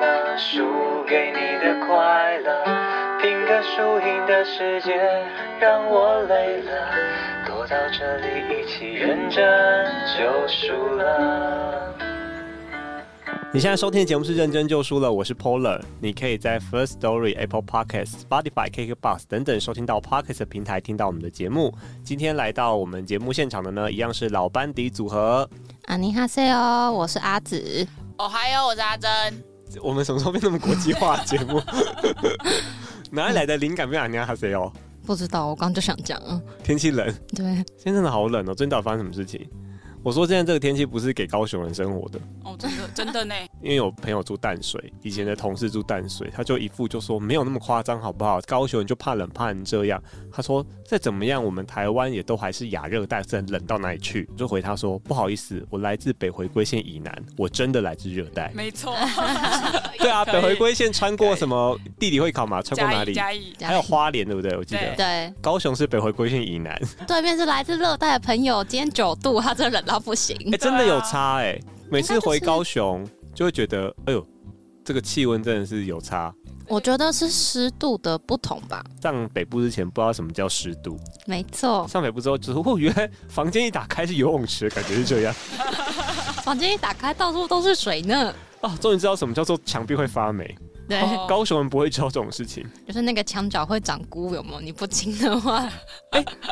了输给你的快乐。拼个输赢的世界让我累了，躲到这里一起认真就输了。你现在收听的节目是《认真就输了》，我是 Polar。你可以在 First Story、Apple Podcasts、Spotify、KKBox 等等收听到 Podcast 平台听到我们的节目。今天来到我们节目现场的呢，一样是老班底组合。啊，你哈塞哦，我是阿紫。哦，还有我是阿珍，我们什么时候变那么国际化的节目？哪里来的灵感变阿尼亚哈谁哦？不知道，我刚就想讲，天气冷，对，今天真的好冷哦！最近到底发生什么事情？我说现在这个天气不是给高雄人生活的，哦，真的真的呢， 因为有朋友住淡水，以前的同事住淡水，他就一副就说没有那么夸张，好不好？高雄人就怕冷怕成这样。他说再怎么样，我们台湾也都还是亚热带，是很冷到哪里去？我就回他说不好意思，我来自北回归线以南，我真的来自热带。没错，对啊，嗯可北以回归线穿过什么地理会考嘛？穿过哪嘉义里？嘉义，还有花莲对不对？我记对嗯得对，高雄是北回归线以南，对面是来自热带的朋友，今天九度，他真的冷到不行。哎、真的啊有差哎、每次回应该就是高雄就会觉得，哎呦，这个气温真的是有差。我觉得是湿度的不同吧，上北部之前不知道什么叫湿度，没错。上北部之后就是，哦，原来房间一打开是游泳池，感觉是这样。房间一打开，到处都是水呢。 哦，终于知道什么叫做墙壁会发霉。对，哦高雄人不会知道这种事情。就是那个墙角会长菇，有没有？你不清的 话，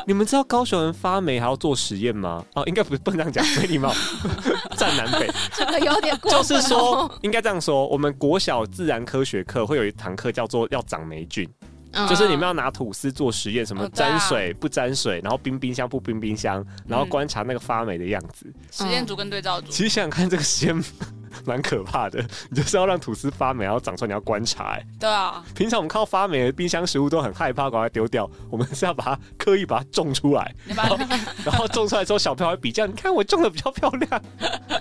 你们知道高雄人发霉还要做实验吗？哦，应该不是不能这样讲，没礼貌。 站南北，这个有点过分就哦是说， 应该这样说，我们国小自然科学课会有一堂课叫做要长霉菌。嗯就是你们要拿吐司做实验，什么哦对啊沾水、不沾水，然后冰冰箱不冰冰箱，然后观察那个发霉的样子。实验组跟对照组，其实想想看，这个实验 蛮可怕的，你就是要让吐司发霉，然后长出来，你要观察、哎，对啊，平常我们看到发霉的冰箱食物都很害怕，赶快丢掉。我们是要把它刻意把它种出来，你把然后种出来之后，小朋友会比较，你看我种的比较漂亮。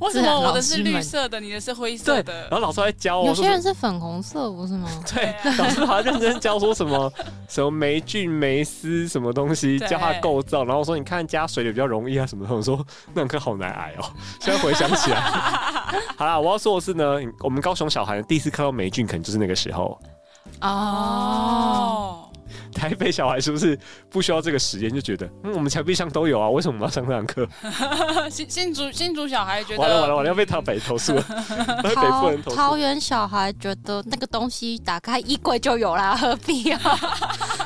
为什么我的是绿色的，你的是灰色然的？后老师还教哦我有说些什人么。是粉红色，不是吗？ 对，啊老师还认真教说什 么什么霉菌、霉丝什么东西，对教它构造，然后说你看加水的比较容易啊什么的。我 说那堂课好难挨哦， 现在回想起来。 好啦，我要说的是呢，我们高雄小孩第一次看到霉菌，可能就是那个时候。哦，哦，台北小孩是不是不需要这个实验就觉得，嗯，我们墙壁上都有啊，为什么我们要上这堂课？哦 新新竹新竹小孩觉得完了完了完了，要被台北投诉 了，被北部桃人投桃诉。园小孩觉得那个东西打开衣柜就有啦，何 必啊？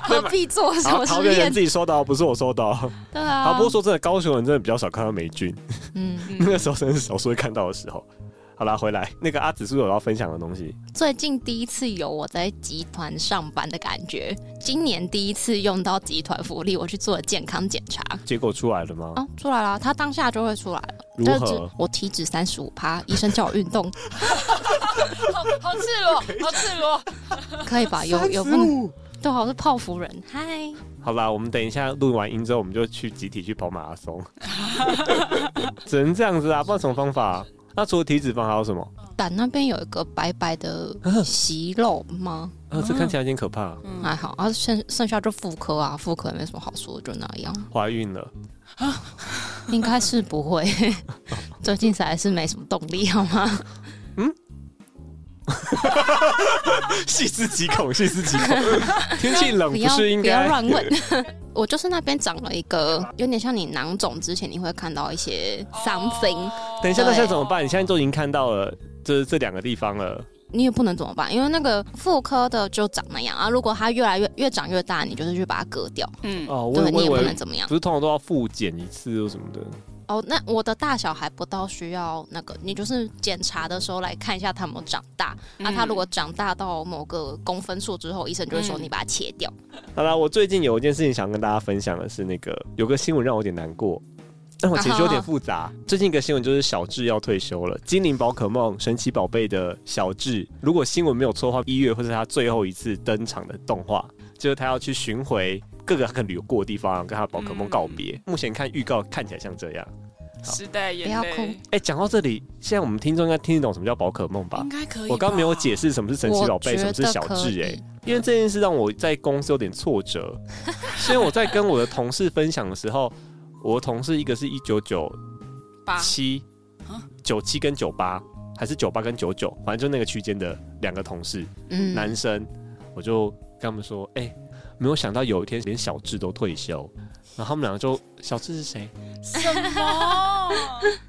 对何嘛必做什然后么桃实园人验自？己说的哦，不是我说的哦。对啊，好，不过说真的，高雄人真的比较少看到霉菌。嗯， 那个时候真的是少数会看到的时候。好啦，回来那个阿紫是不是有要分享的东西？最近第一次有我在集团上班的感觉，今年第一次用到集团福利，我去做了健康检查。结果出来了吗？哦，出来了，他当下就会出来了。如就是何？我体脂三十五趴，医生叫我运动， 好好赤裸，好 赤裸，可以吧？有有不能？对啊，我是泡芙人。嗨，好啦，我们等一下录完音之后，我们就去集体去跑马拉 松。只能这样子啊，不知道什么方法啊、那除了体脂肪还有什么？胆那边有一个白白的息肉吗？啊，这看起来有点可怕。还好，啊，剩剩下就妇科啊，妇科也没什么好说，就那样，怀孕了，嗯应该是 不会。 最近实在是没什么动力，好吗？细思极 恐，细思极恐。天气冷不不要是应不要该？ 乱问。 我就是那边长了一个，有点像你囊肿，之前你会看到一些 something，、哦等一下，那对现在怎么办？你现在都已经看到了，就是这两个地方了。你也不能怎么办，因为那个妇科的就长那样啊。如果它越来越越长越大，你就是去把它割掉，嗯，哦，我对我你以也不为能怎么样。不是通常都要复检一次或什么的。哦，那我的大小还不到需要那个，你就是检查的时候来看一下他有没有长大。那、嗯啊他如果长大到某个公分数之后，医生就会说嗯你把它切掉。好啦，我最近有一件事情想跟大家分享的是，那个有个新闻让我有点难过，但我情绪有点复杂。啊最近一个新闻就是小智要退休了，精灵宝可梦神奇宝贝的小智，如果新闻没有错的话，一月会是他最后一次登场的动画，就是他要去巡回各个他可能旅过的地方，跟他的宝可梦告别。嗯目前看预告看起来像这样。时代眼不要泪，哭哎、讲到这里，现在我们听众应该听得懂什么叫宝可梦吧应？该可以吧。我刚没有解释什么是神奇宝贝，什我觉么得是小可智、以哎，因为这件事让我在公司有点挫 折，所以我在跟我的同事分享的时候，我的同事一个是一九九吧，七啊，九七跟九八，还是九八跟九九，反正就那个区间的两个同事，嗯，男生，我就跟他们说，哎、没有想到有一天连小智都退休，然后他们两个就，小智是谁？什么？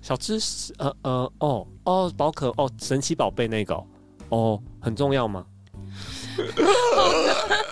小智是呃呃哦哦宝可哦神奇宝贝那个哦哦很重要吗？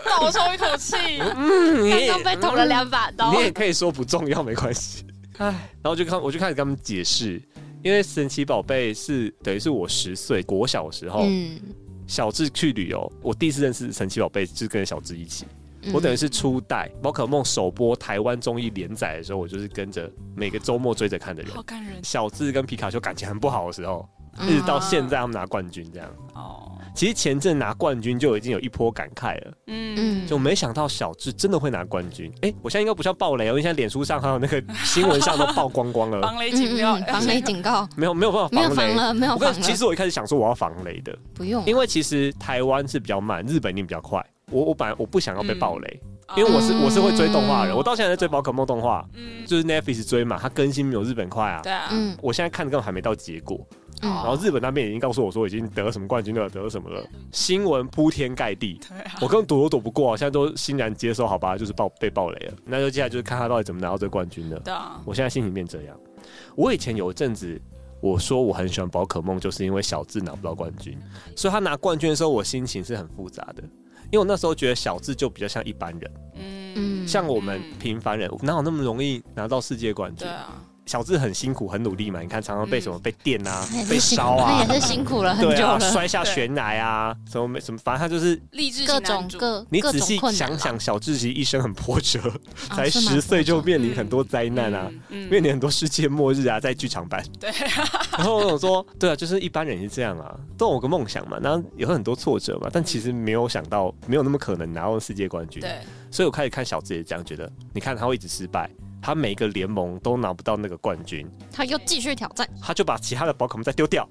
倒抽一口气，嗯，刚刚被捅了两把刀你。也可以说不重要，没关系。唉，然后就看我就开始跟他们解释，因为神奇宝贝是等于是我十岁国小的时候，嗯，小智去旅游，我第一次认识神奇宝贝就是跟小智一起。嗯我等于是初代宝可梦首播台湾综艺连载的时候，我就是跟着每个周末追着看的人好。感人小智跟皮卡丘感情很不好的时候，嗯一直到现在他们拿冠军这样。哦。其实前阵拿冠军就已经有一波感慨了，嗯嗯就没想到小智真的会拿冠军。哎、我现在应该不叫暴雷哦，因为现在脸书上还有那 个新闻上都曝光光了，防雷警嗯标， 嗯，防 雷警告，没有哦没有办没法有防防雷。了，没有我跟防你了，嗯其实我一开始想说我要防雷的，不用，因为为其实台湾是比较慢，日本一定比较快。我我本来我不想要被暴雷，哦因为我是嗯我是会追动画的人，我到现在在追宝可梦动画，嗯，就是 Netflix 追嘛，它更新没有日本快啊。对啊，哦嗯我现在看的根本还没到结果，然嗯，后日本那边已经告诉我说已经得了什么冠军了，得了什么了，新闻铺天盖地，对啊， 我根本躲都躲不过、啊，现在都欣然接受，好吧，就是爆被爆雷了。那就接下来就是看他到底怎么拿到这个冠军的。对啊，我现在心情变这样。我以前有一阵子，我说我很喜欢宝可梦，就是因为小智拿不到冠军，所以他拿冠军的时候，我心情是很复杂的。因为我那时候觉得小智就比较像一般人，嗯嗯像我们嗯平凡人，哪有那么容易拿到世界冠军对？啊，小智很辛苦，很努力嘛。你看，常常被嗯什么被电 啊他也，是被辛烧啊他，也是辛苦了很对久啊，了，摔下对悬崖啊，什么没什么，反正他就是励志各型种男主，各你各仔种细困难想啦想，小智其实一生很波折， 啊才是嗯蛮十岁就多种面临很多灾难啊，嗯，嗯面临很多世界末日啊，在剧场版。对然后我想说，对啊，就是一般人也是这样啊，都有个梦想嘛，然后也会很多挫折嘛，但其实没有想到，没有那么可能拿到世界冠军。对，所以我开始看小智也这样觉得，你看他会一直失败，他每一个联盟都拿不到那个冠军，他又继续挑战，他就把其他的宝可梦再丢掉。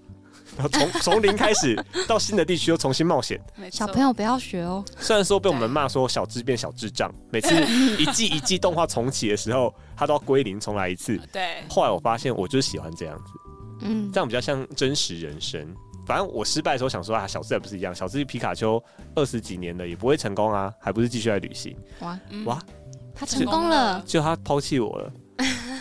然后从从零开始到新的地区又重新冒险，没错小朋友不要学哦，虽然说被我们骂说小智变小智障，每次一季一季动画重启的时候，他都要归零重来一 次。对，后来我发现我就是喜欢这样子，嗯这，样比较像真实人生。反正我失败的时候想说啊，小智还不是一样，小智皮卡丘二十几年了也不会成功啊，还不是继续来旅行。哇，嗯哇他成功了，就他抛弃我 了，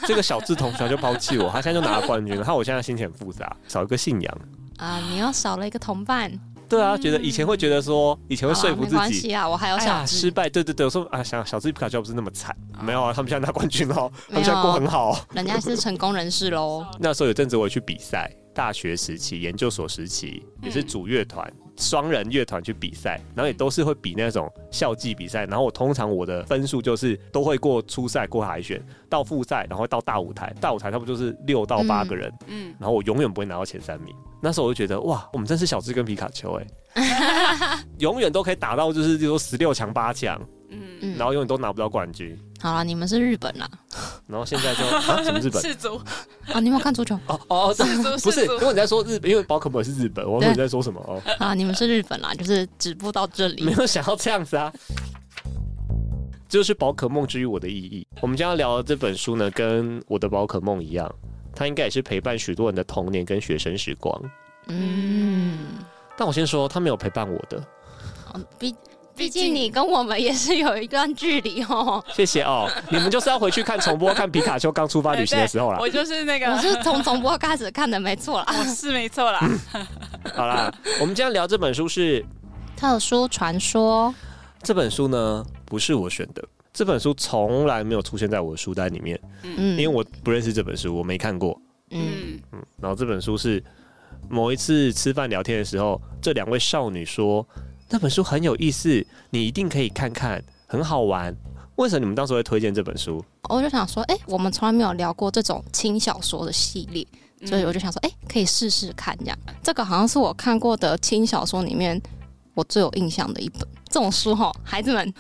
这个小智同学就抛弃我，他现在就拿了冠军了。然后我现在心情很复杂，少一个信仰。啊，你又少了一个同伴，对啊，觉得以前会觉得说，以前好会啦说服没自关己。系啊，我还有哎小呀，失智，哦败，对对对，我说啊，想小智皮卡丘不是那么惨，没有啊，他们现在拿冠军了，他 没有们现在过很好哦。人家是成功人士喽，那时候有阵子我也去比赛，大学时期、研究所时期嗯也是组乐团、双人乐团去比赛，然后也都是会比那种校际比赛。然后我通常我的分数就是都会过初赛、过海选，到复赛，然后到大舞台。大舞台差不多就是六到八个人，嗯，然后我永远不会拿到前三名。那时候我就觉得哇，我们真是小智跟皮卡丘 哎、永远都可以打到就是就说十六强、八强，嗯嗯，嗯然，后永远都拿不到冠军。好了，你们是日本啦，然后现在就 啊，什么日本？赤 足，啊，你有没有看足球？哦哦，赤足，不是，赤因足为你在说日本，因为宝可梦也是日本，我以为对你在说什么哦。啊，你们是日本啦，就是止步到这没里，有想要这样子啊。就是宝可梦之于我的意义。我们今天要聊的这本书呢，跟我的宝可梦一样，它应该也是陪伴许多人的童年跟学生时光。嗯，但我先说，它没有陪伴我的，好毕毕毕竟竟你跟我们也是有一段距离哦，谢谢哦。你们就是要回去看重播，看皮卡丘刚出发旅行的 时候啦。我就是那我个，是从从播开始看的，没错啦。 我是没错啦，好啦，我们今天聊这本书是 特殊传说，这本书呢，不是我选的。这本书从来没有出现在我的书单里面，嗯，因为我不认识这本书，我没看过。嗯嗯，然后这本书是某一次吃饭聊天的时候，这两位少女说那本书很有意思，你一定可以看看，很好玩。为什么你们当时会推荐这本书？我就想说，哎、我们从来没有聊过这种轻小说的系列，嗯所以我就想说，哎、可以试试看这样。这个好像是我看过的轻小说里面我最有印象的一本。这种书哈，孩子们，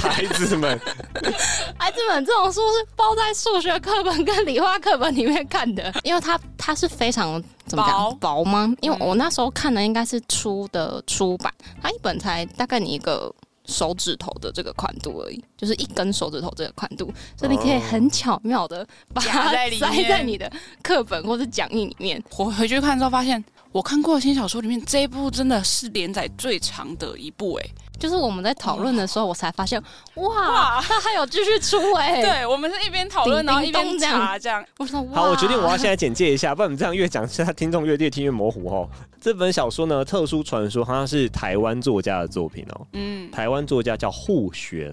孩子们，孩子们，哎这种书是包在数学课本跟理化课本里面看的，因为它它是非常怎么薄讲薄吗？因为嗯我那时候看的应该是初的出版，它一本才大概你一个手指头的这个宽度而已，就是一根手指头这个宽度，所以你可以哦很巧妙的把 夹它在里塞面在你的课本或者讲义里面。我回去看之后发现，我看过的新小说里面这一部真的是连载最长的一部哎、就是我们在讨论的时候，我才发现，哇哇，它还有继续出哎、，对，我们是一边讨论，叮然后一叮咚边这样查这样。我说哇，好，我决定我要现在简介一下，不然我们这样越讲，现在听众越越听越模糊哦。这本小说呢，《特殊传说》，它是台湾作家的作品哦。嗯，台湾作家叫护玄，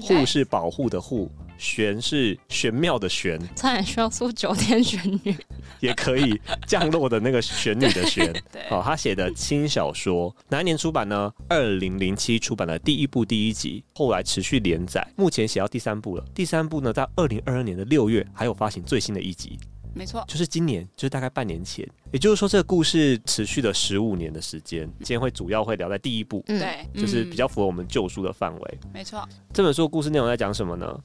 护是保护的护，玄是玄妙的玄，差点说出九天玄女，也可以降落的那个玄女的玄。 对，哦，他写的轻小说，哪一年出版呢？二零零七出版了第一部第一集，后来持续连载，目前写到第三部了。第三部呢，在二零二二年的六月还有发行最新的一集，没错，就是今年，就是大概半年前。也就是说，这个故事持续了十五年的时间。今天会主要会聊在第一部，嗯，对，就是嗯比较符合我们旧书的范围。没错，这本书的故事内容在讲什么呢？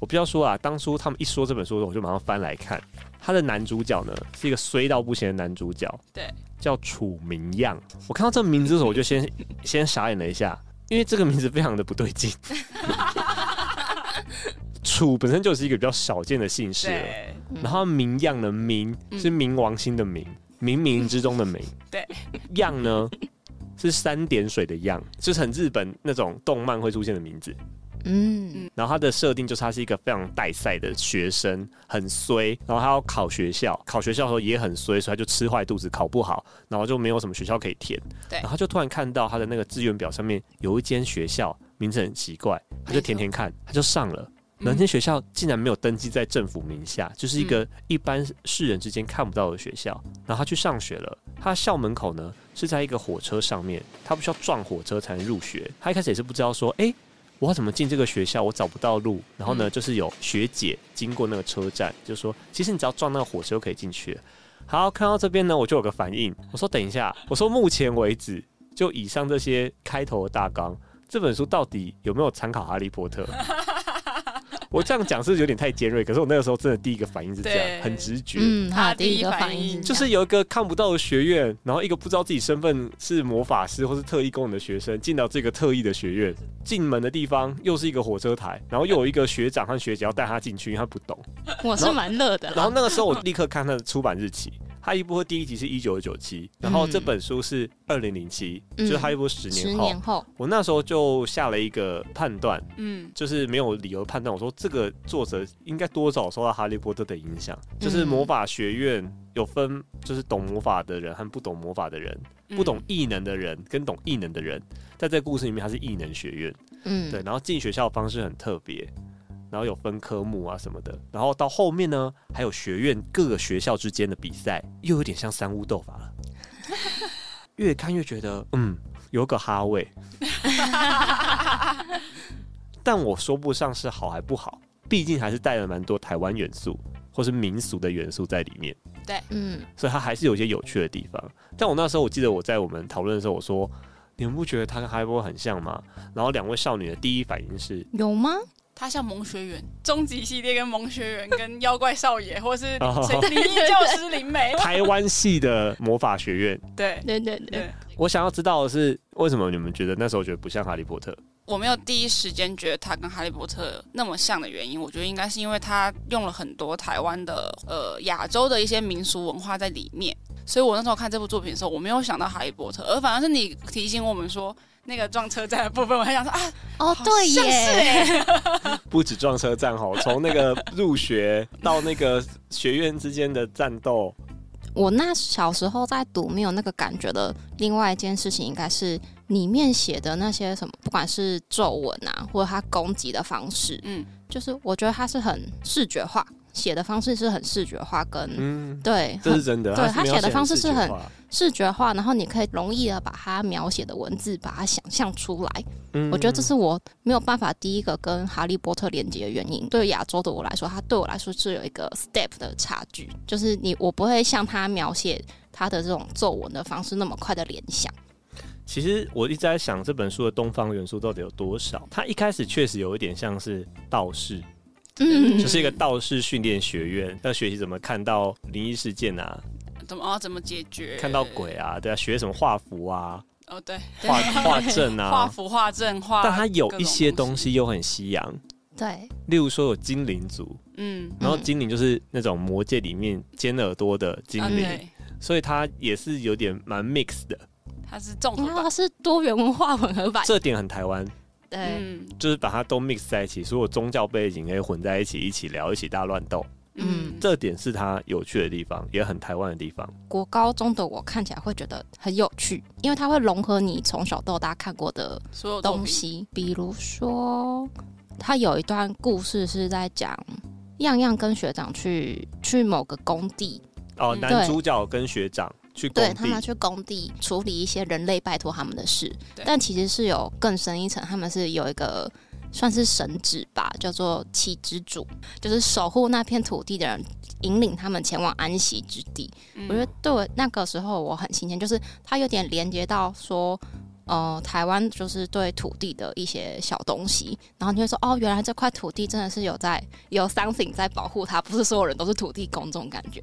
我不要说啊，当初他们一说这本书的时候，我就马上翻来看。他的男主角呢，是一个衰到不行的男主角，对，叫楚明样。我看到这个名字的时候，我就先 先傻眼了一下，因为这个名字非常的不对劲。 楚本身就是一个比较少见的姓氏了，对，然后明样的明嗯是冥王星的冥，冥冥之中的冥。 对，样呢是三点水的样，就是很日本那种动漫会出现的名字。嗯然后他的设定就是他是一个非常带赛的学生，很衰，然后他要考学校，考学校的时候也很衰，所以他就吃坏肚子，考不好，然后就没有什么学校可以填。对然后他就突然看到他的那个志愿表上面有一间学校名字很奇怪，他就填填看，他就上了。嗯那间学校竟然没有登记在政府名下，就是一嗯个一般世人之间看不到的学校。然后他去上学了，他校门口呢是在一个火车上面，他必须要撞火车才能入学。他一开始也是不知道说，诶，我要怎么进这个学校？我找不到路。然后呢，嗯就是有学姐经过那个车站，就说其实你只要撞那个火车就可以进去了。好，看到这边呢，我就有个反应，我说等一下，我说目前为止，就以上这些开头的大纲，这本书到底有没有参考《哈利波特》？我这样讲是有点太尖锐，可是我那个时候真的第一个反应是这样，对很直觉。嗯，他他的第一个第一反反应应就这样是有一个看不到的学院，然后一个不知道自己身份是魔法师或是特异功能的学生，进到这个特异的学院，进门的地方又是一个火车台，然后又有一个学长和学姐要带他进去，因为他不懂。我是蛮乐的啦，然后那个时候我立刻看他的出版日期，《哈利波特》第一集是一九九七，然后这本书是二零零七，嗯就是《哈利波特》十十年后。年后，我那时候就下了一个判断，嗯，就是没有理由判断，我说这个作者应该多少受到《哈利波特》的影响，就是魔法学院有分，就是懂魔法的人和不懂魔法的人，嗯不懂异能的人跟懂异能的人，在这个故事里面他是异能学院，嗯，对，然后进学校的方式很特别，然后有分科目啊什么的，然后到后面呢，还有学院各个学校之间的比赛，又有点像三巫斗法了。 越看越觉得，嗯，有个哈味， 但我说不上是好还不好，毕竟还是带了蛮多台湾元素或是民俗的元素在里面。嗯，所以它还是有一些有趣的地方。但我那时候我记得我在我们讨论的时候，我说你们不觉得他跟哈利波特很像吗？然后两位少女的第一反应是有吗？他像萌学园终极系列跟萌学园跟妖怪少爷，或 是哦谁灵异教师灵 媒，台湾系的魔法学院。对对对对，对。我想要知道的是为什么你们觉得那时候觉得不像哈利波特？我没有第一时间觉得他跟《哈利波特》那么像的原因，我觉得应该是因为他用了很多台湾的呃亚洲的一些民俗文化在里面，所以我那时候看这部作品的时候，我没有想到《哈利波特》，而反而是你提醒我们说那个撞车站的部分，我还想说啊，哦好对像是耶， 欸不止撞车站吼，从那个入学到那个学院之间的战斗， 我那小时候在读没有那个感觉的另外一件事情，应该是里面写的那些什么，不管是皱纹啊，或者他攻击的方式，嗯，就是我觉得他是很视觉化，写的方式是很视觉化跟，嗯，对，这很是真的。对是他没有写的写方式是视觉很化视觉化，然后你可以容易的把它描写的文字把它想象出来。嗯我觉得这是我没有办法第一个跟《哈利波特》连接的原因。对于亚洲的我来说，它对我来说是有一个 step 的差距，就是你我不会像他描写他的这种皱纹的方式那么快的联想。其实我一直在想这本书的东方元素到底有多少。它一开始确实有一点像是道士，嗯，就是一个道士训练学院，要学习怎么看到灵异事件啊，怎么哦怎么解决？看到鬼啊，对啊，学什么画符啊、哦，对，画画阵 画啊。符画阵画，但它有一些各种东西又很西洋，对，例如说有精灵族，嗯，然后精灵就是那种魔界里面尖耳朵的精啊灵，对所以它也是有点蛮 mix 的，它是综合因为版它，是多元文化混 合版。啊这点很台湾，对，嗯就是把它都 mix 在一起，所有宗教背景可以混在一起，一起聊，一起大乱斗，嗯，这点是它有趣的地方，也很台湾的地方。国高中的我看起来会觉得很有趣，因为它会融合你从小到大看过的所有作东品，西，比如说，他有一段故事是在讲样样跟学长去去某个工地，哦，嗯男对主角跟学长去工对他地们，去工地处理一些人类拜托他们的事对，但其实是有更深一层，他们是有一个。算是神职吧，叫做七之主，就是守护那片土地的人，引领他们前往安息之地。嗯我觉得对我那个时候我很新鲜，就是它有点连接到说，呃，台湾就是对土地的一些小东西，然后你会说，哦，原来这块土地真的是有在有 something 在保护它，不是所有人都是土地公这种感觉。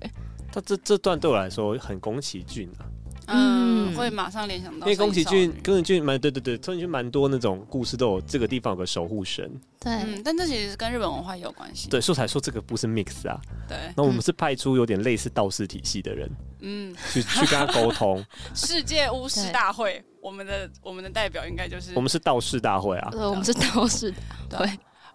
他这这段对我来说很宫崎骏啊，嗯嗯会马上联想到因为宫崎神隐骏少女，宫崎骏蛮对对对，宫崎骏蛮多那种故事都有这个地方有个守护神，对，嗯，但这其实跟日本文化也有关系，对，素材说这个不是 mix 啊，对，那我们是派出有点类似道士体系的人嗯，去去跟他沟 通，世界巫师对大会，我们的我们的代表应该就是我们是道士大会嗯啊，呃对，我们是道士，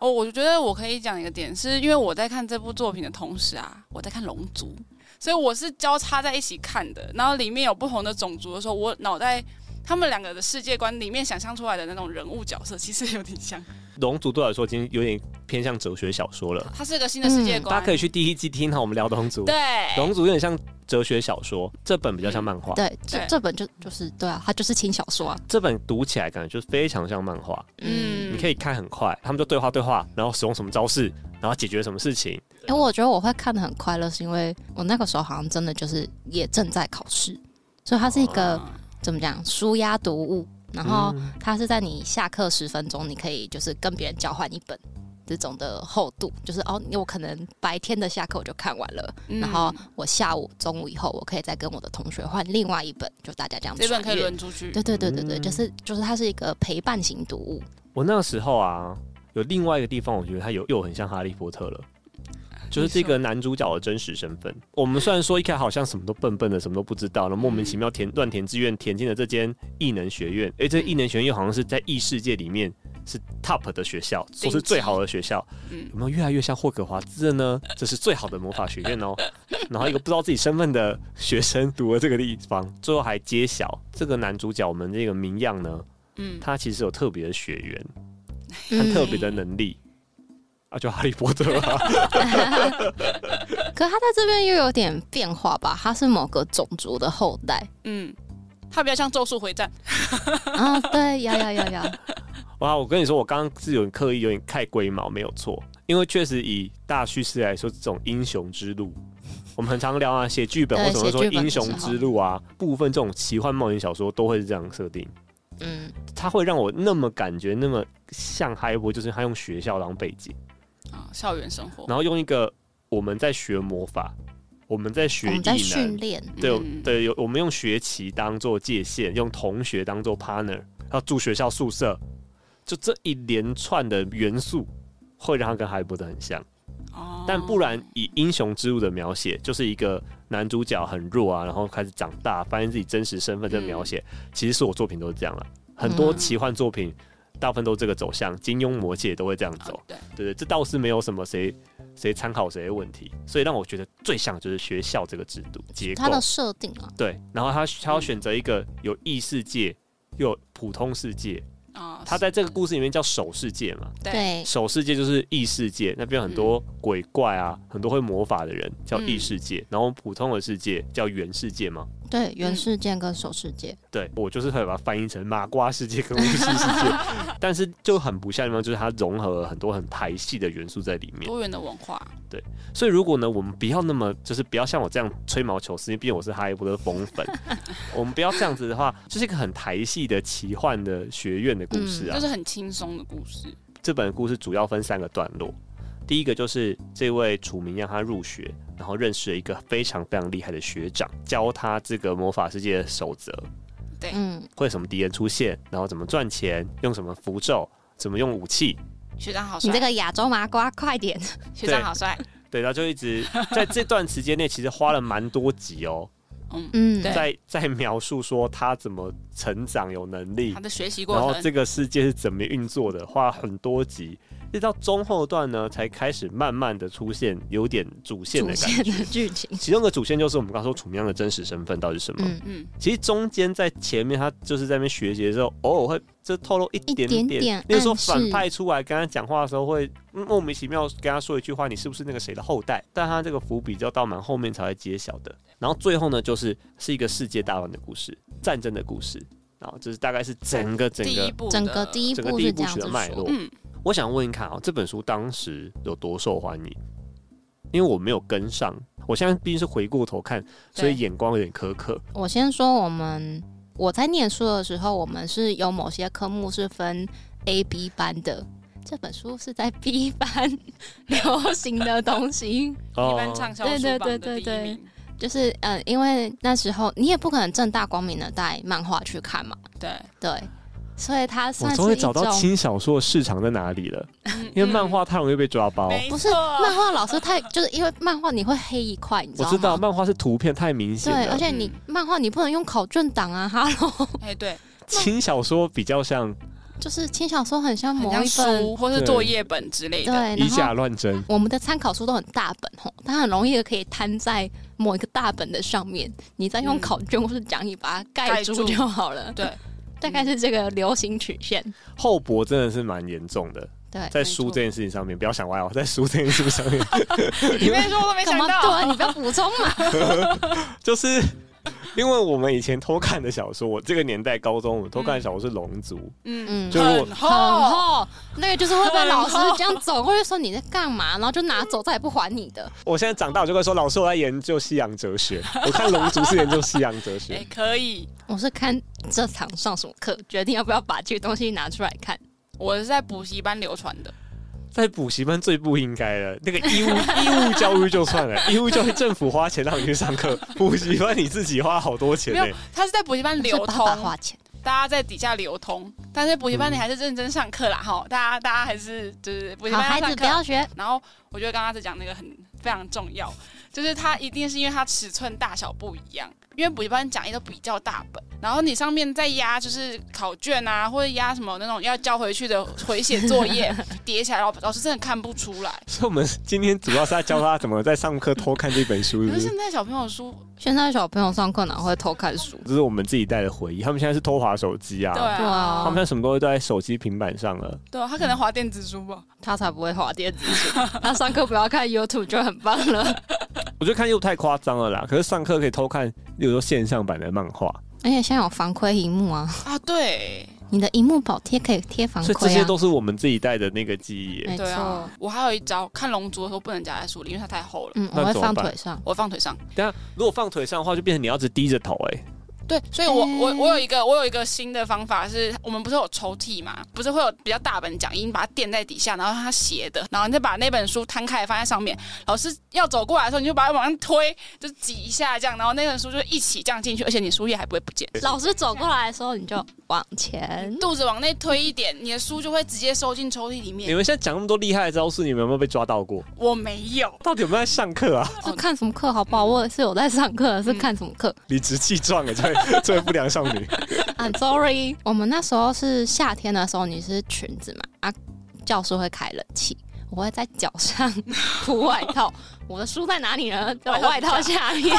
哦，我觉得我可以讲一个点，是因为我在看这部作品的同时啊，我在看《龙族》，所以我是交叉在一起看的。然后里面有不同的种族的时候，我脑袋他们两个的世界观里面想象出来的那种人物角色，其实有点像。龙族对我来说已经有点偏向哲学小说了，它是一个新的世界观，嗯大家可以去第一季听哈，我们聊龙族，对龙族有点像哲学小说，这本比较像漫画，对，这对这本就就是对啊，它就是轻小说啊，这本读起来感觉就非常像漫画。嗯嗯，你可以看很快，他们就对话对话，然后使用什么招式，然后解决什么事情。因为我觉得我会看得很快乐，是因为我那个时候好像真的就是也正在考试，所以它是一个、哦怎么讲舒压读物，然后嗯它是在你下课十分钟，你可以就是跟别人交换一本这种的厚度，就是哦，我可能白天的下课我就看完了，嗯然后我下午中午以后我可以再跟我的同学换另外一本，就大家这样这本可穿以越轮出去，对对对对对，嗯就是就是它是一个陪伴型读物，我那个时候啊，有另外一个地方，我觉得它有又很像哈利波特了。就是这个男主角的真实身份。我们虽然说一开始好像什么都笨笨的，什么都不知道，然后莫名其妙填乱填志愿，填进了这间艺能学院。诶，这艺能学院又好像是在异世界里面是 top 的学校，说是最好的学校。嗯有没有越来越像霍格华兹了呢？这是最好的魔法学院哦。然后一个不知道自己身份的学生读了这个地方，最后还揭晓这个男主角我们这个名样呢，嗯，他其实有特别的血缘和嗯，特别的能力。啊，就哈利波特 啊，可它在这边又有点变化吧，它是某个种族的后代，嗯，它比较像《咒术回战》，啊，对，呀呀呀 呀，哇！我跟你说，我刚刚是有点刻意有点太龟毛，没有错，因为确实以大叙事来说，这种英雄之路，我们很常聊啊，写剧本对或什么说写剧英本的时候雄之路啊，部分这种奇幻冒险小说都会是这样设定。嗯，它会让我那么感觉那么像哈利波特，就是他用学校当背景，啊，校园生哦活，然后用一个我们在学魔法，我们在学哦我艺们在训能，练，对、嗯对，有我们用学期当做界限，用同学当做 partner，然后住学校宿舍，就这一连串的元素会让他跟哈利波特很像。哦但不然，以英雄之路的描写，就是一个男主角很弱啊，然后开始长嗯大，发现自己真实身份的描写，其实所有作品都是这样了、很多嗯奇幻作品，大部分都这个走向，金庸魔界都会这样走哦。对，对对，这倒是没有什么谁谁参考谁的问题，所以让我觉得最像的就是学校这个制度结构它。的设定啊，对，然后他他要选择一个有异世界又有普通世界，啊、他在这个故事里面叫守世界嘛，对对，守世界就是异世界，那边有很多鬼怪啊，很多会魔法的人叫异世界，然后普通的世界叫原世界嘛。对，原嗯世界跟手世界，对我就是会把它翻译成麻瓜世界跟巫师世界，但是就很不像的地方就是它融合了很多很台系的元素在里面。多元的文化，所以如果呢，我们不要那么就是不要像我这样吹毛求疵，因为毕竟我是哈利波特疯 粉，我们不要这样子的话，就是一个很台系的奇幻的学院的故事啊。嗯就是很轻松的故事。这本故事主要分三个段落。第一个就是这位楚明让他入学，然后认识了一个非常非常厉害的学长，教他这个魔法世界的守则，对嗯，会什么敌人出现，然后怎么赚钱，用什么符咒，怎么用武器，学长好帅，你这个亚洲麻瓜，快点，学长好帅，对，然后就一直在这段时间内，其实花了蛮多集哦，嗯，嗯，对在在描述说他怎么成长有能力他，的学习过然后程，这个世界是怎么运作的，花了很多集，一直到中后段呢，才开始慢慢的出现有点主线主的感线觉。的剧情，其中的主线就是我们刚说楚明亮的真实身份到底是什么。嗯，嗯，其实中间在前面他就是在那边学习的时候，偶尔会就透露一一点点点，点例如说暗示反派出来跟他讲话的时候会嗯莫名其妙跟他说一句话，你是不是那个谁的后代？但他这个伏笔就要到蛮后面才会揭晓的。然后最后呢，就是是一个世界大乱的故事，战争的故事。然后这是大概是整个整第个一部的，整个第一整个部第一是这部样曲子的脉说络。，嗯，我想问一看啊、这本书当时有多受欢迎？因为我没有跟上，我现在毕竟是回过头看，对所以眼光有点苛刻。我先说我们我在念书的时候，我们是有某些科目是分 A、B 班的。这本书是在 B 班流行的东西，一般畅销对书对榜的对第一对名，就是嗯，因为那时候你也不可能正大光明的带漫画去看嘛，对，对，所以它我算终是于一找种嗯到轻小说的市场在哪里了，因为漫画太容易被抓包。没不是错漫画老师太就是因为漫画你会黑一块，你知我道知道吗？漫画是嗯图片太明显对，而了，且你漫画你不能用考卷档啊，哈喽，哎，对，轻小说比较像 就是轻小说很像很某像一本书或是对作业本之类对，的，哎然以后假乱 真。我们的参考书都很大本吼，它很容易可以摊在某一个大本的上面，你再用嗯考卷或是讲义把它盖盖住住就好了。对，大概是这个流行曲线。厚薄真的是蛮严重的，对，在书没错这件事情上面，不要想歪哦，在书这件事情上面， 你别说我都没干想嘛到，对？啊你不要补充 嘛。就是因为我们以前偷看的小说，我这个年代高中我们偷看的小说是《龙族》，嗯，嗯就，是我很很厚，厚，那个就是会被老师这样走过去说你在干嘛，然后就拿走，再也不还你的。我现在长大我就会说，老师我在研究西洋哲学，我看《龙族》是研究西洋哲哎学，，可以，我是看这堂上什么课，决定要不要把这个东西拿出来看。我是在补习班流传的，在补习班最不应该了。那个义务 义务教育就算了，义务教育政府花钱让你去上课， 补习班你自己花好多钱欸没呢、有，他是在补习班流是通爸，爸花钱，大家在底下流通，但是补习嗯班你还是认真上课啦，哈、大家大家还是就是补习好班孩上子不课。要学。然后我觉得刚刚在讲那个很非常重要，就是它一定是因为它尺寸大小不一样，因为补习班讲义都比较大本，然后你上面再压就是考卷啊，或者压什么那种要交回去的回写 作业叠起来，老老师真的看不出来。所以我们今天主要是在教他怎么在上课偷看这本书，是可不是是现？在小朋友书，现在小朋友上课哪会偷看书？这是我们自己带的回忆，他们现在是偷滑手机啊，对对啊啊，他们现在什么都会在手机、平板上了。对啊，他可能划电子书吧。他才不会滑电子书，他上课不要看 YouTube 就很棒了。我觉得看又太夸张了啦，可是上课可以偷看，例如说线上版的漫画， 而且现在有防窥荧幕啊，啊，对，你的荧幕保贴可以贴防所以这窥些啊。都是我们自己带的那个记忆耶。没对错啊，，我还有一招，看龙族的时候不能夹在书里，因为它太厚了，嗯，那我会怎么放办腿上。我放腿上。等一下啊如果放腿上的话，就变成你要一直低着头哎、对，所以我、哎我我有一个我有一个新的方法是，我们不是有抽屉嘛，不是会有比较大本讲义，你把它垫在底下，然后让它斜的，然后你再把那本书摊开来放在上面。老师要走过来的时候，你就把它往上推，就挤一下这样，然后那本书就一起这样进去，而且你书页还不会不见。老师走过来的时候，你就往前。肚子往内推一点，你的书就会直接收进抽屉里你面。们现在讲那么多厉害的招数，你们有没有被抓到过？我没有，到底有没有在上课啊？是看什么嗯课好不好？我也是有在上课，是看什么课？ 理直气壮哎，这位这位不良少女， I'm sorry。我 们那时候是夏天的时候，你是裙子嘛啊，教室会开冷气，我会在脚上铺外套。 我的书在哪里呢？在我外套下 面。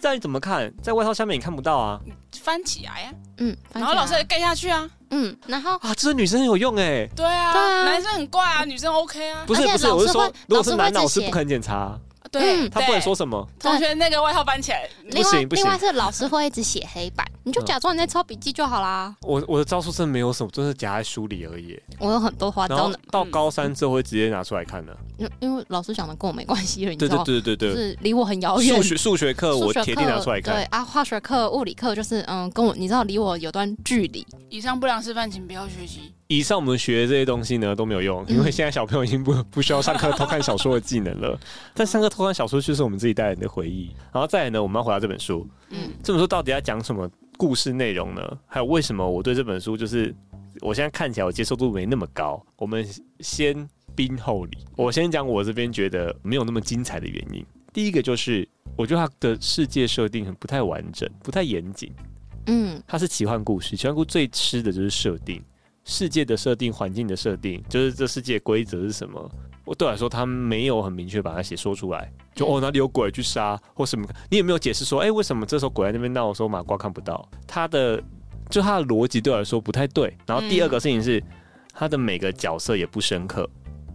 这样你怎么看？在外套下面你看不到啊翻起来呀、嗯，然后老师翻也起来盖下去啊。嗯，然后啊！这对女生很有用哎、对啊，对啊男生很怪啊，女生 OK 啊。不是而且不是，老我师是说会，如果是老师会男这老师写不肯检查，啊对，嗯他对不能说什么。同学那个外套搬起来，另不外行不另外行是老师会一直写黑板，你就嗯假装你在抄笔记就好啦。我我的招数真的没有什么，真的夹在书里而已。我有很多花然招后呢，到高三之后会直接拿出来看的。啊因因为老师讲的跟我没关系了，你知对道对吗？对对对，就是离我很遥远数。学数学课数我学铁定拿出来课对看。啊，化学课、物理课就是嗯，跟我你知道离我有段距离，以上不良示范请不要学习。以上我们学的这些东西呢都没有用，嗯因为现在小朋友已经不 不需要上课偷看小说的技能了。 但上课偷看小说就是我们自己带来的回忆。然后再来呢，我们要回到这本书，嗯，这本书到底要讲什么故事内容呢？还有为什么我对这本书就是我现在看起来我接受度没那么高？我们先宾后礼，我先讲我这边觉得没有那么精彩的原因。第一个就是我觉得它的世界设定很不太完整，不太严谨。嗯它是奇幻故事，奇幻故事最吃的就是设定，世界的设定、环境的设定，就是这世界规则是什么。我对我来说，他没有很明确把它写说出来，就哦哪里有鬼去杀或什么，你也没有解释说，哎、为什么这时候鬼在那边闹的时候麻瓜看不到？他的就他的逻辑对我来说不太对。然后第二个事情是，他的每个角色也不深刻，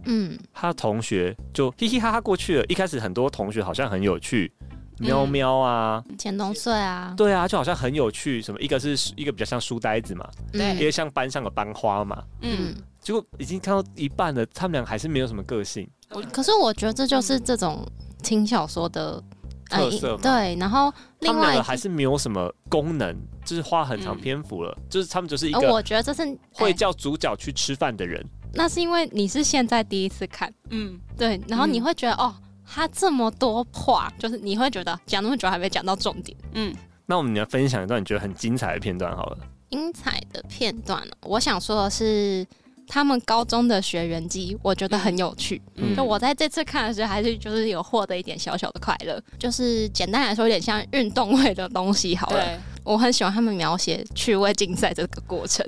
嗯他同学就嘻嘻哈哈过去了。一开始很多同学好像很有趣，喵嗯喵啊，前东岁啊，对啊，就好像很有趣。什么一个是一个比较像书呆子嘛，因为嗯像班上的班花嘛，嗯，嗯，结果已经看到一半了，他们俩还是没有什么个性。可是嗯我觉得这就是这种轻小说的呃特色嘛对，然后他另们两外个还是没有什么功能，就是花很长嗯篇幅了，就是他们就是一呃，个我觉得这是会哎叫主角去吃饭的人。那是因为你是现在第一次看，嗯，对，然后你嗯会觉得、哦，他这么多话，就是你会觉得哦讲那么久还没讲到重点。嗯，那我们来分享一段你觉得很精彩的片段好了。精彩的片段哦，我想说的是，他们高中的学员机，我觉得很有趣。嗯就我在这次看的时候，还是就是有获得一点小小的快乐。就是简单来说，有点像运动会的东西好了。对，我很喜欢他们描写趣味竞赛这个过程。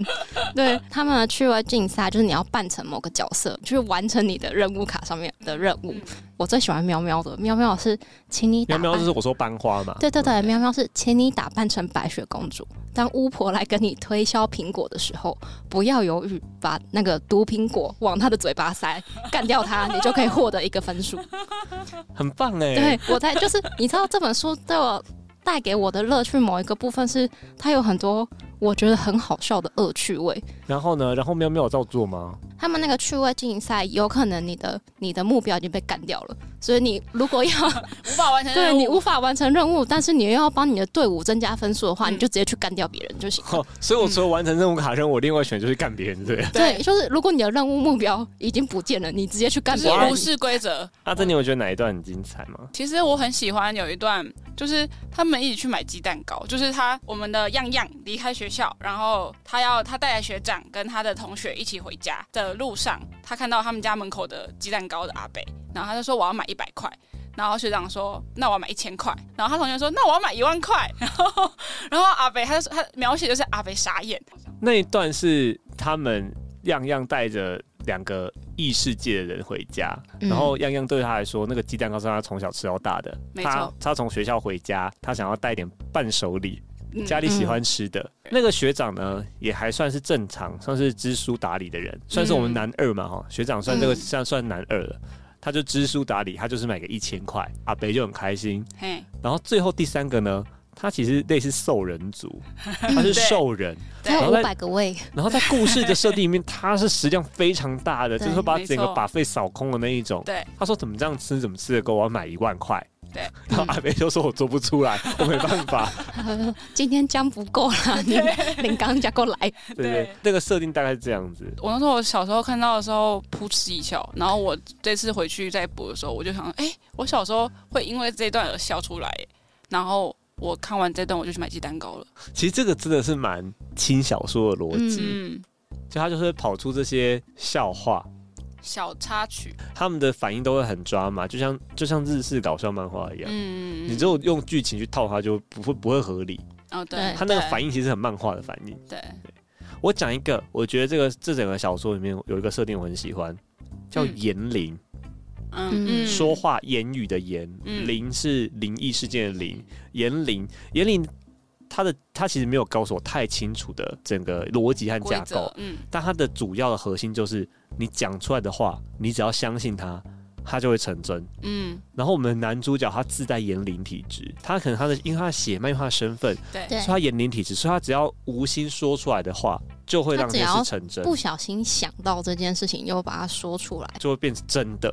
对他们的趣味竞赛，就是你要扮成某个角色，去完成你的任务卡上面的任务。我最喜欢喵喵的，喵喵是请你打喵喵扮就是我说班花嘛，对对对，喵喵是，请你打扮成白雪公主。当巫婆来跟你推销苹果的时候，不要犹豫，把那个毒苹果往她的嘴巴塞，干掉它，你就可以获得一个分数。很棒哎、对 我在就是，你知道这本书对我带给我的乐趣，某一个部分是它有很多我觉得很好笑的恶趣味。然后呢，然后喵喵有照做吗？ 他们那个趣味竞赛，有可能你的你的目标已经被干掉了，所以你如果要无法完成对任务你无法完成任务，但是你又要帮你的队伍增加分数的话，嗯你就直接去干掉别人就行了。哦，所以我除了完成任务卡任务，我另外选就是干别人对。对，就是如果你的任务目标已经不见了，你直接去干就是别人无。视规则。阿啊珍，你有觉得哪一段很精彩吗？其实我很喜欢有一段，就是他们一起去买鸡蛋糕，就是他我们的样样离开学校，然后他要他带着学长跟他的同学一起回家的路上，他看到他们家门口的鸡蛋糕的阿北，然后他就说我要买一百块。然后学长说：“那我要买一千块。”然后他同学说：“那我要买一万块。”然后，然后阿北他就说他描写就是阿北傻眼，那一段是他们样样带着两个异世界的人回家，嗯然后样样对他来说，那个鸡蛋糕是他从小吃到大的。没错他他从学校回家，他想要带点伴手礼，嗯家里喜欢吃的。那个学长呢，也还算是正常，算是知书达理的人，算是我们男二嘛哈。学长算这个嗯算算男二了。他就知书达理，他就是买个一千块，阿北就很开心。嘿，然后最后第三个呢，他其实类似兽人族，他是 对兽人，还有然后五在百个位，然后在故事的设定里面，它是食量非常大 的，就对是说把没整个错把费扫空的那一种。对，他说怎么这样吃，怎么吃得够，我要买一万块。对， 然后阿飞就说我做不出 来，我没办法。呃今天姜不够啦，你领刚加过来。对对对对，那个设定大概是这样子。我那时候我小时候看到的时候噗嗤一笑，然后我这次回去再补的时候，我就想，哎、我小时候会因为这一段而笑出来耶，然后我看完这段我就去买鸡蛋糕了。其实这个真的是蛮轻小说的逻辑，嗯嗯，就他就是会跑出这些笑话，小插曲，他们的反应都会很抓嘛，就像就像日式搞笑漫画一样。嗯，你只有用剧情去套它，就不会不会合理。嗯哦，对对，他那个对反应其实很漫画的反应。对，我讲一个，我觉得这个这整个小说里面有一个设定我很喜欢，叫嗯言灵，嗯嗯，说话言语的言，嗯灵是灵异事件的灵，言灵言灵，它的它其实没有告诉我太清楚的整个逻辑和规架构则，，嗯但它的主要的核心就是你讲出来的话，你只要相信它，它就会成真。嗯，然后我们男主角他自带言灵体质，他可能他的因为他的血脉、因为他的身份，对对所以他言灵体质，所以他只要无心说出来的话，就会让他这只件要事成真，不小心想到这件事情，又把它说出来。就会变成真的。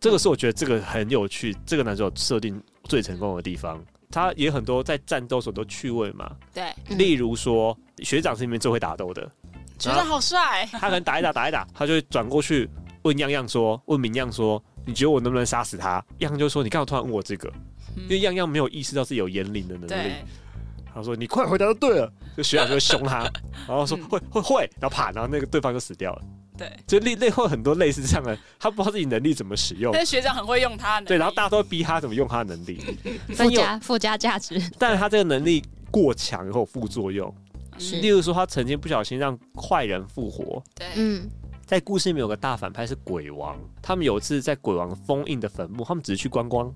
这个是我觉得这个很有趣，这个男主角设定最成功的地方。他也很多在战斗时候都趣味嘛，对，嗯例如说学长是里面最会打斗的， 觉得好帅，他可能打一打打一打，他就会转过去问样样说，问明样说，你觉得我能不能杀死他？样样就说你干嘛突然问我这个？因为样样没有意识到自己有言灵的能力，嗯对，他说你快回答就对了，就学长就会凶他， 然后说嗯会会会，然后啪，然后那个对方就死掉了，对，就类类会很多类似这样的，他不知道自己能力怎么使用但，是学长很会用他，对，然后大家都会逼他怎么用他的能力， 但附有，加附加价值但是他这个能力过强以后有副作用，是嗯例如说他曾经不小心让坏人复活，对，嗯，在故事里面有个大反派是鬼王，他们有一次在鬼王封印的坟墓，他们只是去观光，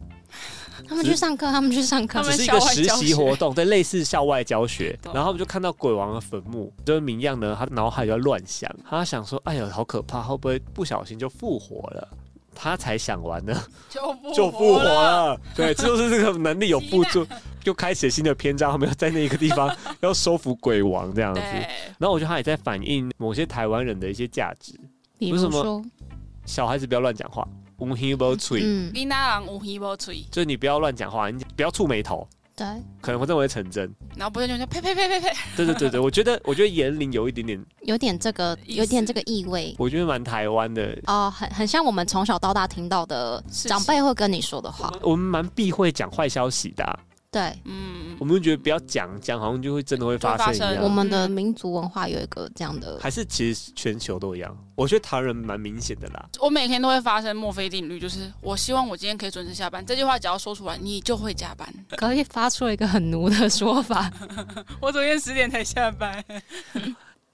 他们去上课，他们去上课他，只们是一个校外实教习学活动，对，类似校外教学。懂然后他们就看到鬼王的坟墓，就是明样呢，他脑海就在乱想，他想说，哎呀，好可怕，会不会不小心就复活了？他才想完呢，就复就复活，了。对，这就是这个能力有辅助，就开启了新的篇章。他们要在那个地方要收服鬼王这样子。对，然后我觉得他也在反映某些台湾人的一些价值，比如为什说，小孩子不要乱讲话，无心无嘴。嗯，你那人无一无吹，就是你不要乱讲话，你不要触眉头，对，可能会认为成真。然后不是就说呸呸呸呸呸，对对对对，我觉得我觉得言灵有一点点，有点这个，意思有点这个意味。我觉得蛮台湾的。哦，很很像我们从小到大听到的是长辈会跟你说的话，我们蛮避讳讲坏消息的啊、对，嗯我，们就觉得不要讲，讲好像就会真的会发生一就会发样。生我们的民族文化有一个这样的，还是其实全球都一样，我觉得台湾人蛮明显的啦。我每天都会发生墨菲定律，就是我希望我今天可以准时下班。这句话只要说出来，你就会加班。可以发出一个很奴的说法，我昨天十点才下班。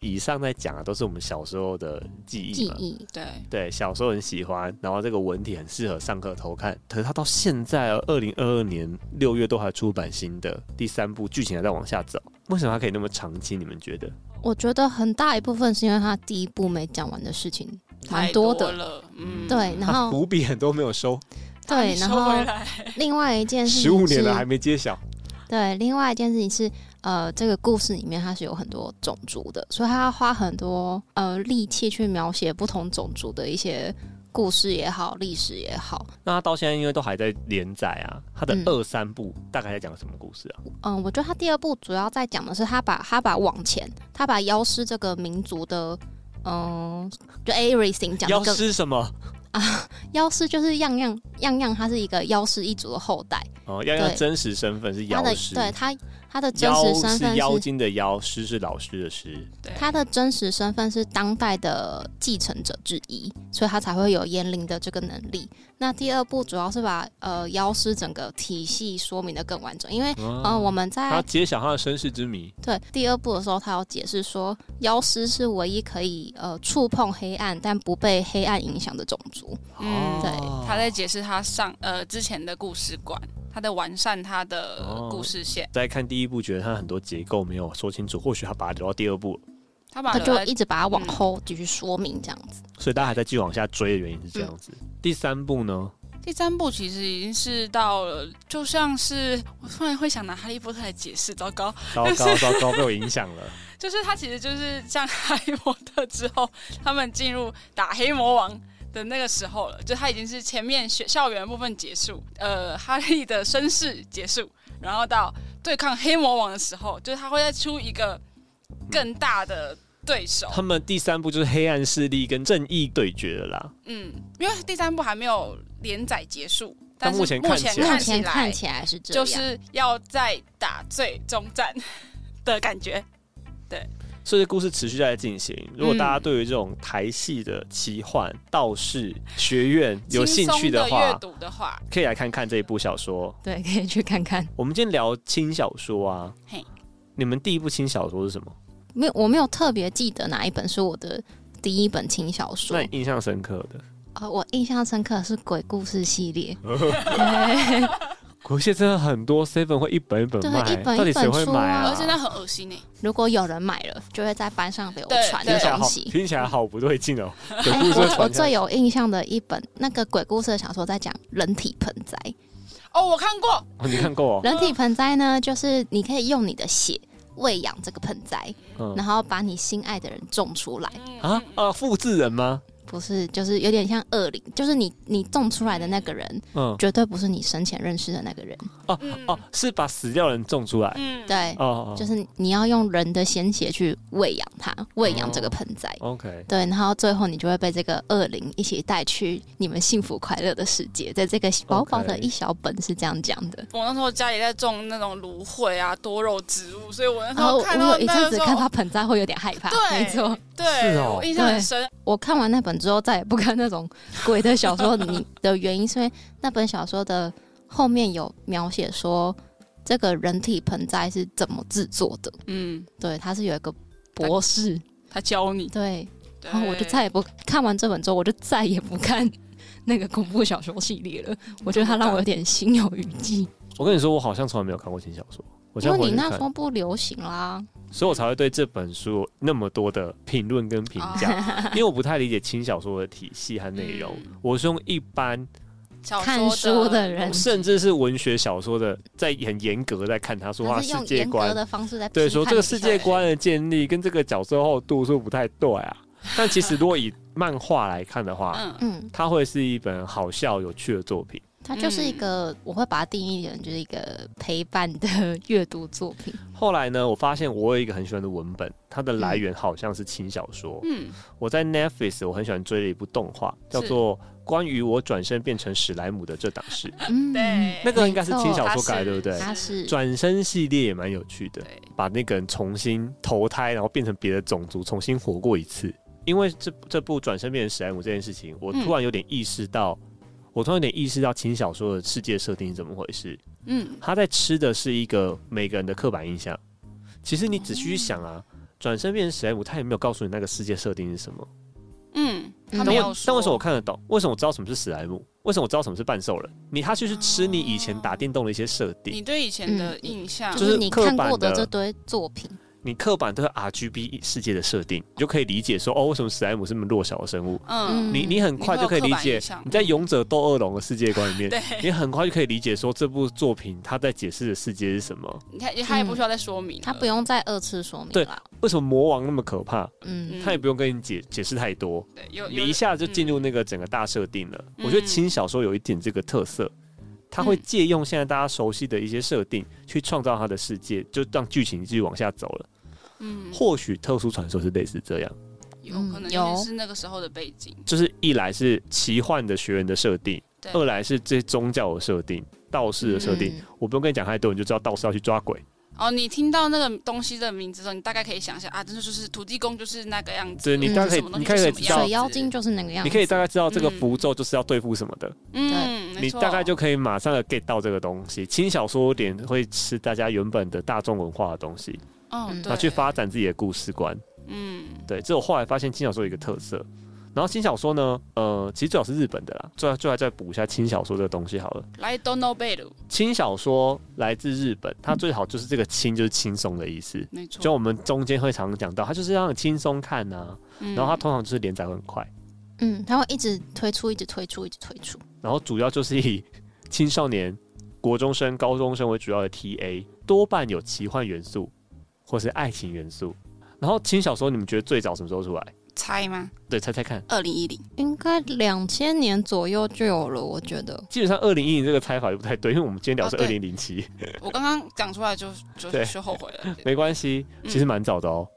以上在讲的都是我们小时候的记忆记嘛，忆，对，对，小时候很喜欢，然后这个文体很适合上课偷看。可是它到现在哦二零二二年六月都还出版新的第三部，剧情还在往下走。为什么它可以那么长期？你们觉得？我觉得很大一部分是因为他第一步没讲完的事情蛮太多的，了，嗯，对，然他后伏笔很多没有收，对，你然收后回来另外一件十事情五是，年了还没揭晓。对，另外一件事情是，呃，这个故事里面它是有很多种族的，所以它要花很多呃力气去描写不同种族的一些故事也好，历史也好。那他到现在因为都还在连载啊，他的嗯二三部大概在讲什么故事啊？嗯，我觉得他第二部主要在讲的是他把他把往前，他把妖师这个民族的。嗯，就 everything 讲要的更是什么？妖师就是样样样样，他是一个妖师一族的后代。哦，要要对真实身份是他妖的师，对他他的真妖实身份是妖是精的妖，师是老师的师。对他的真实身份是当代的继承者之一，所以他才会有言灵的这个能力。那第二步主要是把呃妖师整个体系说明的更完整，因为嗯呃我们他要在揭晓他的身世之谜。对第二步的时候，他有解释说妖师是唯一可以呃触碰黑暗但不被黑暗影响的种族。嗯对他在解释他上呃之前的故事观，他在完善他的哦故事线，在看第一部，觉得他很多结构没有说清楚，或许他把它留到第二部，他把他就呃一直把它往后继续说明这样子。所以大家还在继续往下追的原因是这样子。嗯第三部 呢？第三部其实已经是到了，就像是我突然会想拿哈利波特来解释，糟糕，糟糕糟糕，被我影响 了。就是他其实就是像哈利波特之后，他们进入打黑魔王。的那个时候了，就他已经是前面学校园部分结束，呃，哈利的身世结束，然后到对抗黑魔王的时候，就是他会再出一个更大的对手，他们第三部就是黑暗势力跟正义对决了啦。嗯，因为第三部还没有连载结束，但但是目前目看前起来目看前起看来起来是这就样，是要在打最终战的感觉。所以故事持续在进行。如嗯果大家对于这种台戏的奇幻、道士、学院有兴趣的阅话，读的话，可以来看看这一部小说。对，可以去看看。我们今天聊轻小说啊嘿，你们第一部轻小说是什么？没有，我没有特别记得哪一本是我的第一本轻小说那。你印象深刻的？呃，我印象深刻的是鬼故事 系列，国蟹真的很多 seven 会一本一本对卖，一本到底一本谁会出买啊啊？而且那很恶心欸呢、如果有人买了，就会在班上流对传对听的起来东好，西。听起来好不对劲哦。鬼哎故事会我我传下最去有印象的一本那个鬼故事的小说，在讲人体盆栽。哦，我看过，哦你看过哦？人体盆栽呢，就是你可以用你的血喂养这个盆栽，然嗯后把你心爱的人种出来。啊啊，复制人吗？不是，就是有点像恶灵，就是你你种出来的那个人，嗯绝对不是你生前认识的那个人。哦嗯哦，是把死掉的人种出来。嗯，对，哦，哦就是你要用人的鲜血去喂养它，喂养哦这个盆栽。 OK，对，然后最后你就会被这个恶灵一起带去你们幸福快乐的世界，在这个薄薄的 OK 一小本是这样讲的。我那时候家里在种那种芦荟啊、多肉植物，所以我那时然后候我看到有一那阵个子时候看到盆栽会有点害怕，对，没错。，对，是哦我印象很对深。我看完那本之后，再也不看那种鬼的小说。 你的原因是因为那本小说的后面有描写说，这个人体盆栽是怎么制作的。嗯，对，它是有一个博士。他教你，对，对然后我就再也不看完这本之后，我就再也不看 那个恐怖小说系列了。我觉得它让我有点心有余悸，我跟你说，我好像从来没有看过轻小说，我因现在为回你去那看时，候不流行啦。所以我才会对这本书有那么多的评论跟评 价，因为我不太理解轻小说的体系和内容嗯，我是用一般小看书的嗯人甚至是文学小说的，在很严格地在看他说它话啊是世用界严格观，的方式在对，批说判这个你世的界观的建立跟这个角色厚度是不太对 啊。但其实如果以漫画来看的话，嗯，嗯，它会是一本好笑有趣的作品。它就是一个，我会把它定义成就是一个陪伴的 阅读作品。后来呢，我发现我有一个很喜欢的文本，它的来源好像是轻小说。嗯，我在 Netflix 我很喜欢追了一部动画，叫做《关于我转身变成史莱姆的这档事》，嗯，对那个应该是没错轻小说哎它改是对不对？它是转身系列也蛮有趣的，对，把那个人重新投胎，然后变成别的种族，重新活过一次。因为这这部转身变成史莱姆这件事情，我嗯突然有点意识到，我突然有点意识到轻小说的世界设定是怎么回事。嗯，他在吃的是一个每个人的刻板印象。其实你仔细去想啊，转身变成史莱姆，他也没有告诉你那个世界设定是什么。嗯，他但没为有说，但为什么我看得懂？为什么我知道什么是史莱姆？为什么我知道什么是半兽人？你他就是吃你以前打电动的一些设定你，对以前的印象，嗯就就是是你看过刻板的的这堆作品，你刻板都是 RGB 世界的设定，你就可以理解说哦，为什么史莱姆是那么弱小的生物？嗯，你你很快就可以理你会有刻板解印象，你在勇者斗恶龙的世界观里面，对，你很快就可以理解说这部作品它在解释的世界是什么。你看他也不需要再说明了，它不用再二次说明对了。为什么魔王那么可怕？嗯，嗯他也不用跟你解解释太多，对，有你一有下就进入那个整个大设定了。嗯我觉得轻小说有一点这个特色，它会借用现在大家熟悉的一些设定去创造它的世界，就让剧情继续往下走了。嗯，或许特殊传说是类似这样，有可能嗯有就是那个时候的背景，就是一来是奇幻的学员的设定，对二来是这些宗教的设定、道士的设定。嗯我不用跟你讲太多，你就知道道士要去抓鬼。哦，你听到那个东西的名字之后，你大概可以想想啊，这就是土地公就是那个样子，对你大概可以什么东西你大概可以就是知什道么样子水妖精，就是那个样子，你可以大概知道这个嗯符咒就是要对付什么的，嗯，没你错大概就可以马上的 get 到这个东西。轻小说有点会吃大家原本的大众文化的东西，哦，嗯对，然后去发展自己的故事观。嗯，对，这是我后来发现轻小说有一个特色。然后轻小说呢，呃，其实最好是日本的啦。最后最后再补一下轻小说这个东西好了。来 don't know b e t 轻小说来自日本，它最好就是这个轻就是轻松的意思。没错，就我们中间会常常讲到，它就是让你轻松看呐、嗯然后它通常就是连载会很快，嗯，它会一直推出，一直推出，一直推出。然后主要就是以 青少年、国中生、高中生为主要的 TA，多半有奇幻元素或是爱情元素。然后轻小说你们觉得最早什么时候出来？猜吗？对，猜猜看。二零一零，应该两千年左右就有了，我觉得。基本上二零一零这个猜法就不太对，因为我们今天聊是哦二对零零 七，我刚刚讲出来就 就对就后悔了，没关系，其实蛮早的哦。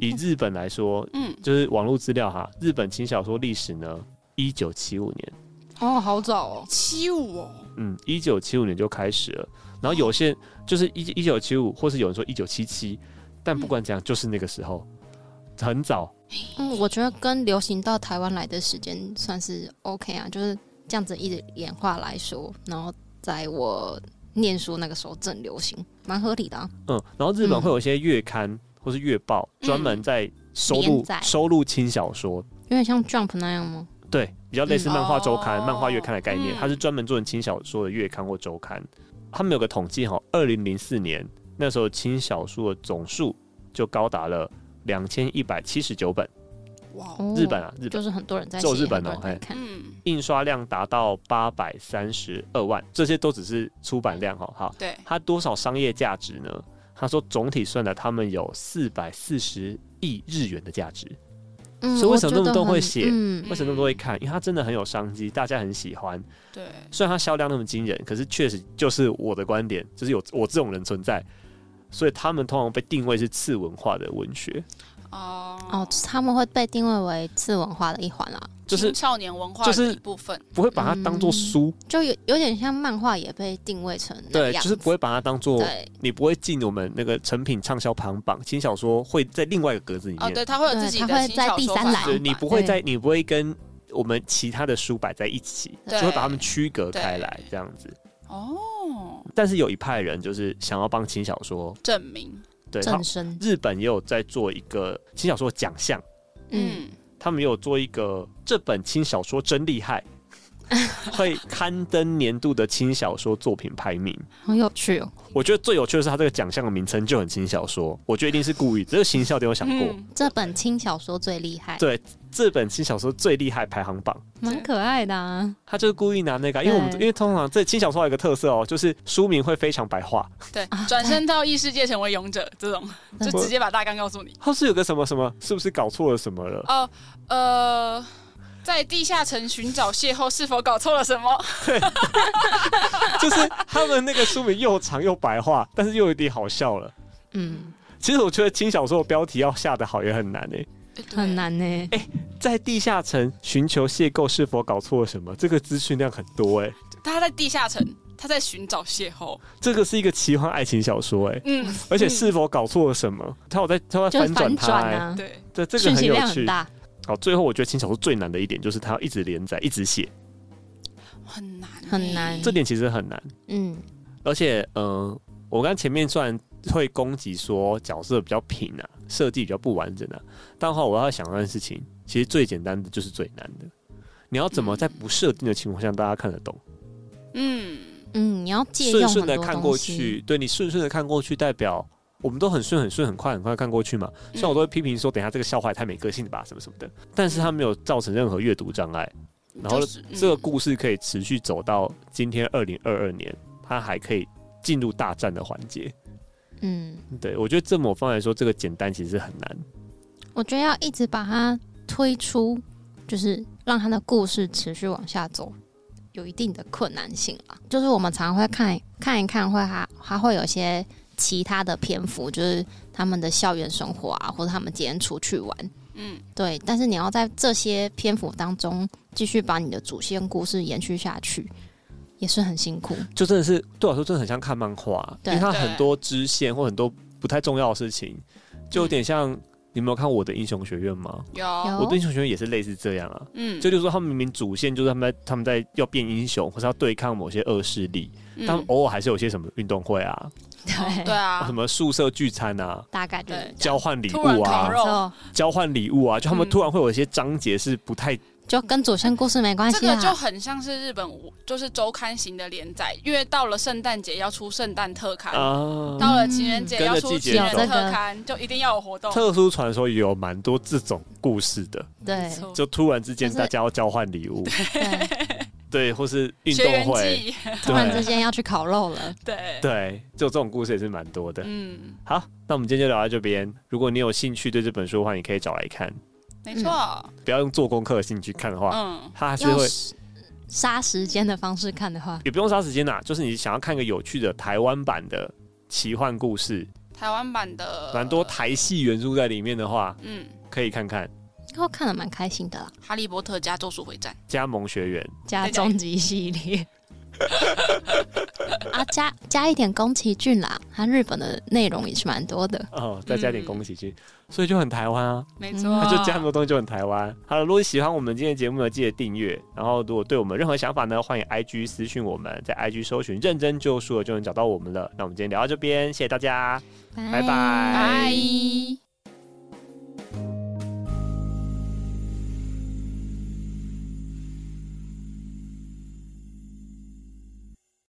以日本来说，嗯，就是网络资料哈，日本轻小说历史呢，一九七五年，哦，好早哦，七五哦，嗯，一九七五年就开始了。然后有些就是一一九七五，或是有人说一九七七，但嗯不管怎样，就是那个时候，很早。嗯，我觉得跟流行到台湾来的时间算是 OK 啊，就是这样子一直演化来说，然后在我念书那个时候正流行，蛮合理的、啊。嗯，然后日本会有一些月刊或是月报，嗯专门在收录连载收录轻小说，有点像 Jump 那样吗？对，比较类似嗯漫画周刊、哦漫画月刊的概念，嗯它是专门做成轻小说的月刊或周刊。他们有个统计哈，二零零四年那时候轻小说的总数就高达了两千一百七十九本，哇，哦日本啊，日本就是很多人在只有写日本哦很多人在看。嗯，印刷量达到八百三十二万，这些都只是出版量哈。好，对，它多少商业价值呢？他说总体算来，他们有四百四十亿日元的价值。嗯所以为什么那么我觉得多人会很写嗯为什么那么多人会看？因为它真的很有商机，大家很喜欢。对，虽然它销量那么惊人，可是确实就是我的观点，就是有我这种人存在，所以他们通常被定位是次文化的文学，哦哦，他们会被定位为次文化的一环啊啦，就是青少年文化就是的一部分，不会把它当做书，就有有点像漫画也被定位成那对，嗯样就子是不会把它当做对你不会进我们那个成品畅销排行榜，轻小说会在另外一个格子里哦，面，对，他会有自己对它的会新在小第说三版栏就是你不会对在你不会跟我们其他的书摆在一起，就对会把它们区隔开对来这样子。哦，但是有一派人就是想要帮轻小说，证明，对，他正身，日本也有在做一个轻小说奖项，嗯，嗯，他们也有做一个这本轻小说真厉 害，会刊登年度的轻小说作品排名。很有趣哦，我觉得最有趣的是它这个奖项的名称就很轻小说，我觉得一定是故意，这个行销点有想过。嗯这本轻小说最厉害，对，这本轻小说最厉害排行榜。蛮可爱的啊，他就是故意拿那个啊，因为我们对因为通常这轻小说有一个特色哦，就是书名会非常白话，对啊，嗯转身到异世界成为勇者，这种就直接把大纲告诉你。它是有个什么什么，是不是搞错了什么了？ 哦，呃，在地下城寻找邂逅，是否搞错了什么？就是他们那个书名又长又白话，但是又有点好笑了。嗯，其实我觉得轻小说的标题要下得好也很难诶、欸很难呢、哎在地下城寻求邂逅是否搞错了什么？这个资讯量很多诶、欸对。他在地下城，他在寻找邂逅。这个是一个奇幻爱情小说诶、欸嗯，而且是否搞错了什么？他有在他在就翻是转反它、转欸，啊，对，对这个讯很息有量很趣。大，好，最后我觉得轻小说最难的一点就是它要一直连载，一直写，很难欸，很难这点其实很难。嗯，而且，嗯、我刚前面虽然会攻击说角色比较平啊，设计比较不完整啊，但话我要想一件事情，其实最简单的就是最难的。你要怎么在不设定的情况下，大家看得懂，嗯，嗯，你要借顺用顺很的多看东过西去，，对你顺顺的看过去，代表我们都很顺很顺很快很快看过去嘛。嗯虽然我都会批评说，等一下这个笑话也太没个性了吧，什么什么的，但是它没有造成任何阅读障碍。然后嗯就是嗯这个故事可以持续走到今天二零二二年，它还可以进入大战的环节。嗯，对我觉得这某方来说，这个简单其实很难。我觉得要一直把它推出，就是让它的故事持续往下走，有一定的困难性啦。就是我们常会看看一看会还还会有一些其他的篇幅，就是他们的校园生活啊，或者他们今天出去玩，嗯，对。但是你要在这些篇幅当中继续把你的主线故事延续下去，也是很辛苦。就真的是对我来说，真的很像看漫画，因对为它很多支线或很多不太重要的事情，就有嗯点像你没有看《我的英雄学院》吗？有，我的英雄学院》也是类似这样啊。嗯，就就是说，他们明明主线就是他们在他们在要变英雄，或是要对抗某些恶势力，嗯他们偶尔还是有些什么运动会啊，对 对啊什，么宿舍聚餐啊，大概就是对这交样。换礼突物然烤啊肉，就交换礼物啊，就他们嗯突然会有一些章节是不太就跟主线故事没关这系个啦。就很像是日本无就是周刊型的连载，因为到了圣诞节要出圣诞特刊，啊。到了情人节跟着要出季节情人走嗯有这特个刊，就一定要有活动。特殊传说也有蛮多这种故事的，没对错就突然之间就是大家要交换礼物，对。 对，或是运学动员会，季，突然之对间要去烤肉了。对，对，就这种故事也是蛮多的。嗯，好，那我们今天就聊到这边。如果你有兴趣对这本书的话，你可以找来看，没错，不要用做功课的心去看的哦话，嗯，它还是用啊会时杀时间的方式看的话，也不用杀时间啦，就是你想要看个有趣的台湾版的奇幻故事，台湾版呃的蛮多，台系元素在里面的话，嗯，可以看看应该哦看的蛮开心的啦。 《哈利波特》加《咒术回战《加盟学员》。加终极系列，啊，加加一点宫崎骏啦，他日本的内容也是蛮多的。哦，再加点嗯宫崎骏，所以就很台湾啊，没嗯错，他就加很多东西就很台湾。好了，如果喜欢我们今天的节目呢，记得订阅。然后如果对我们任何想法呢，欢迎 IG 私讯我们，在 IG 搜寻“认真救赎”就能找到我们了。那我们今天聊到这边，谢谢大家。拜拜拜。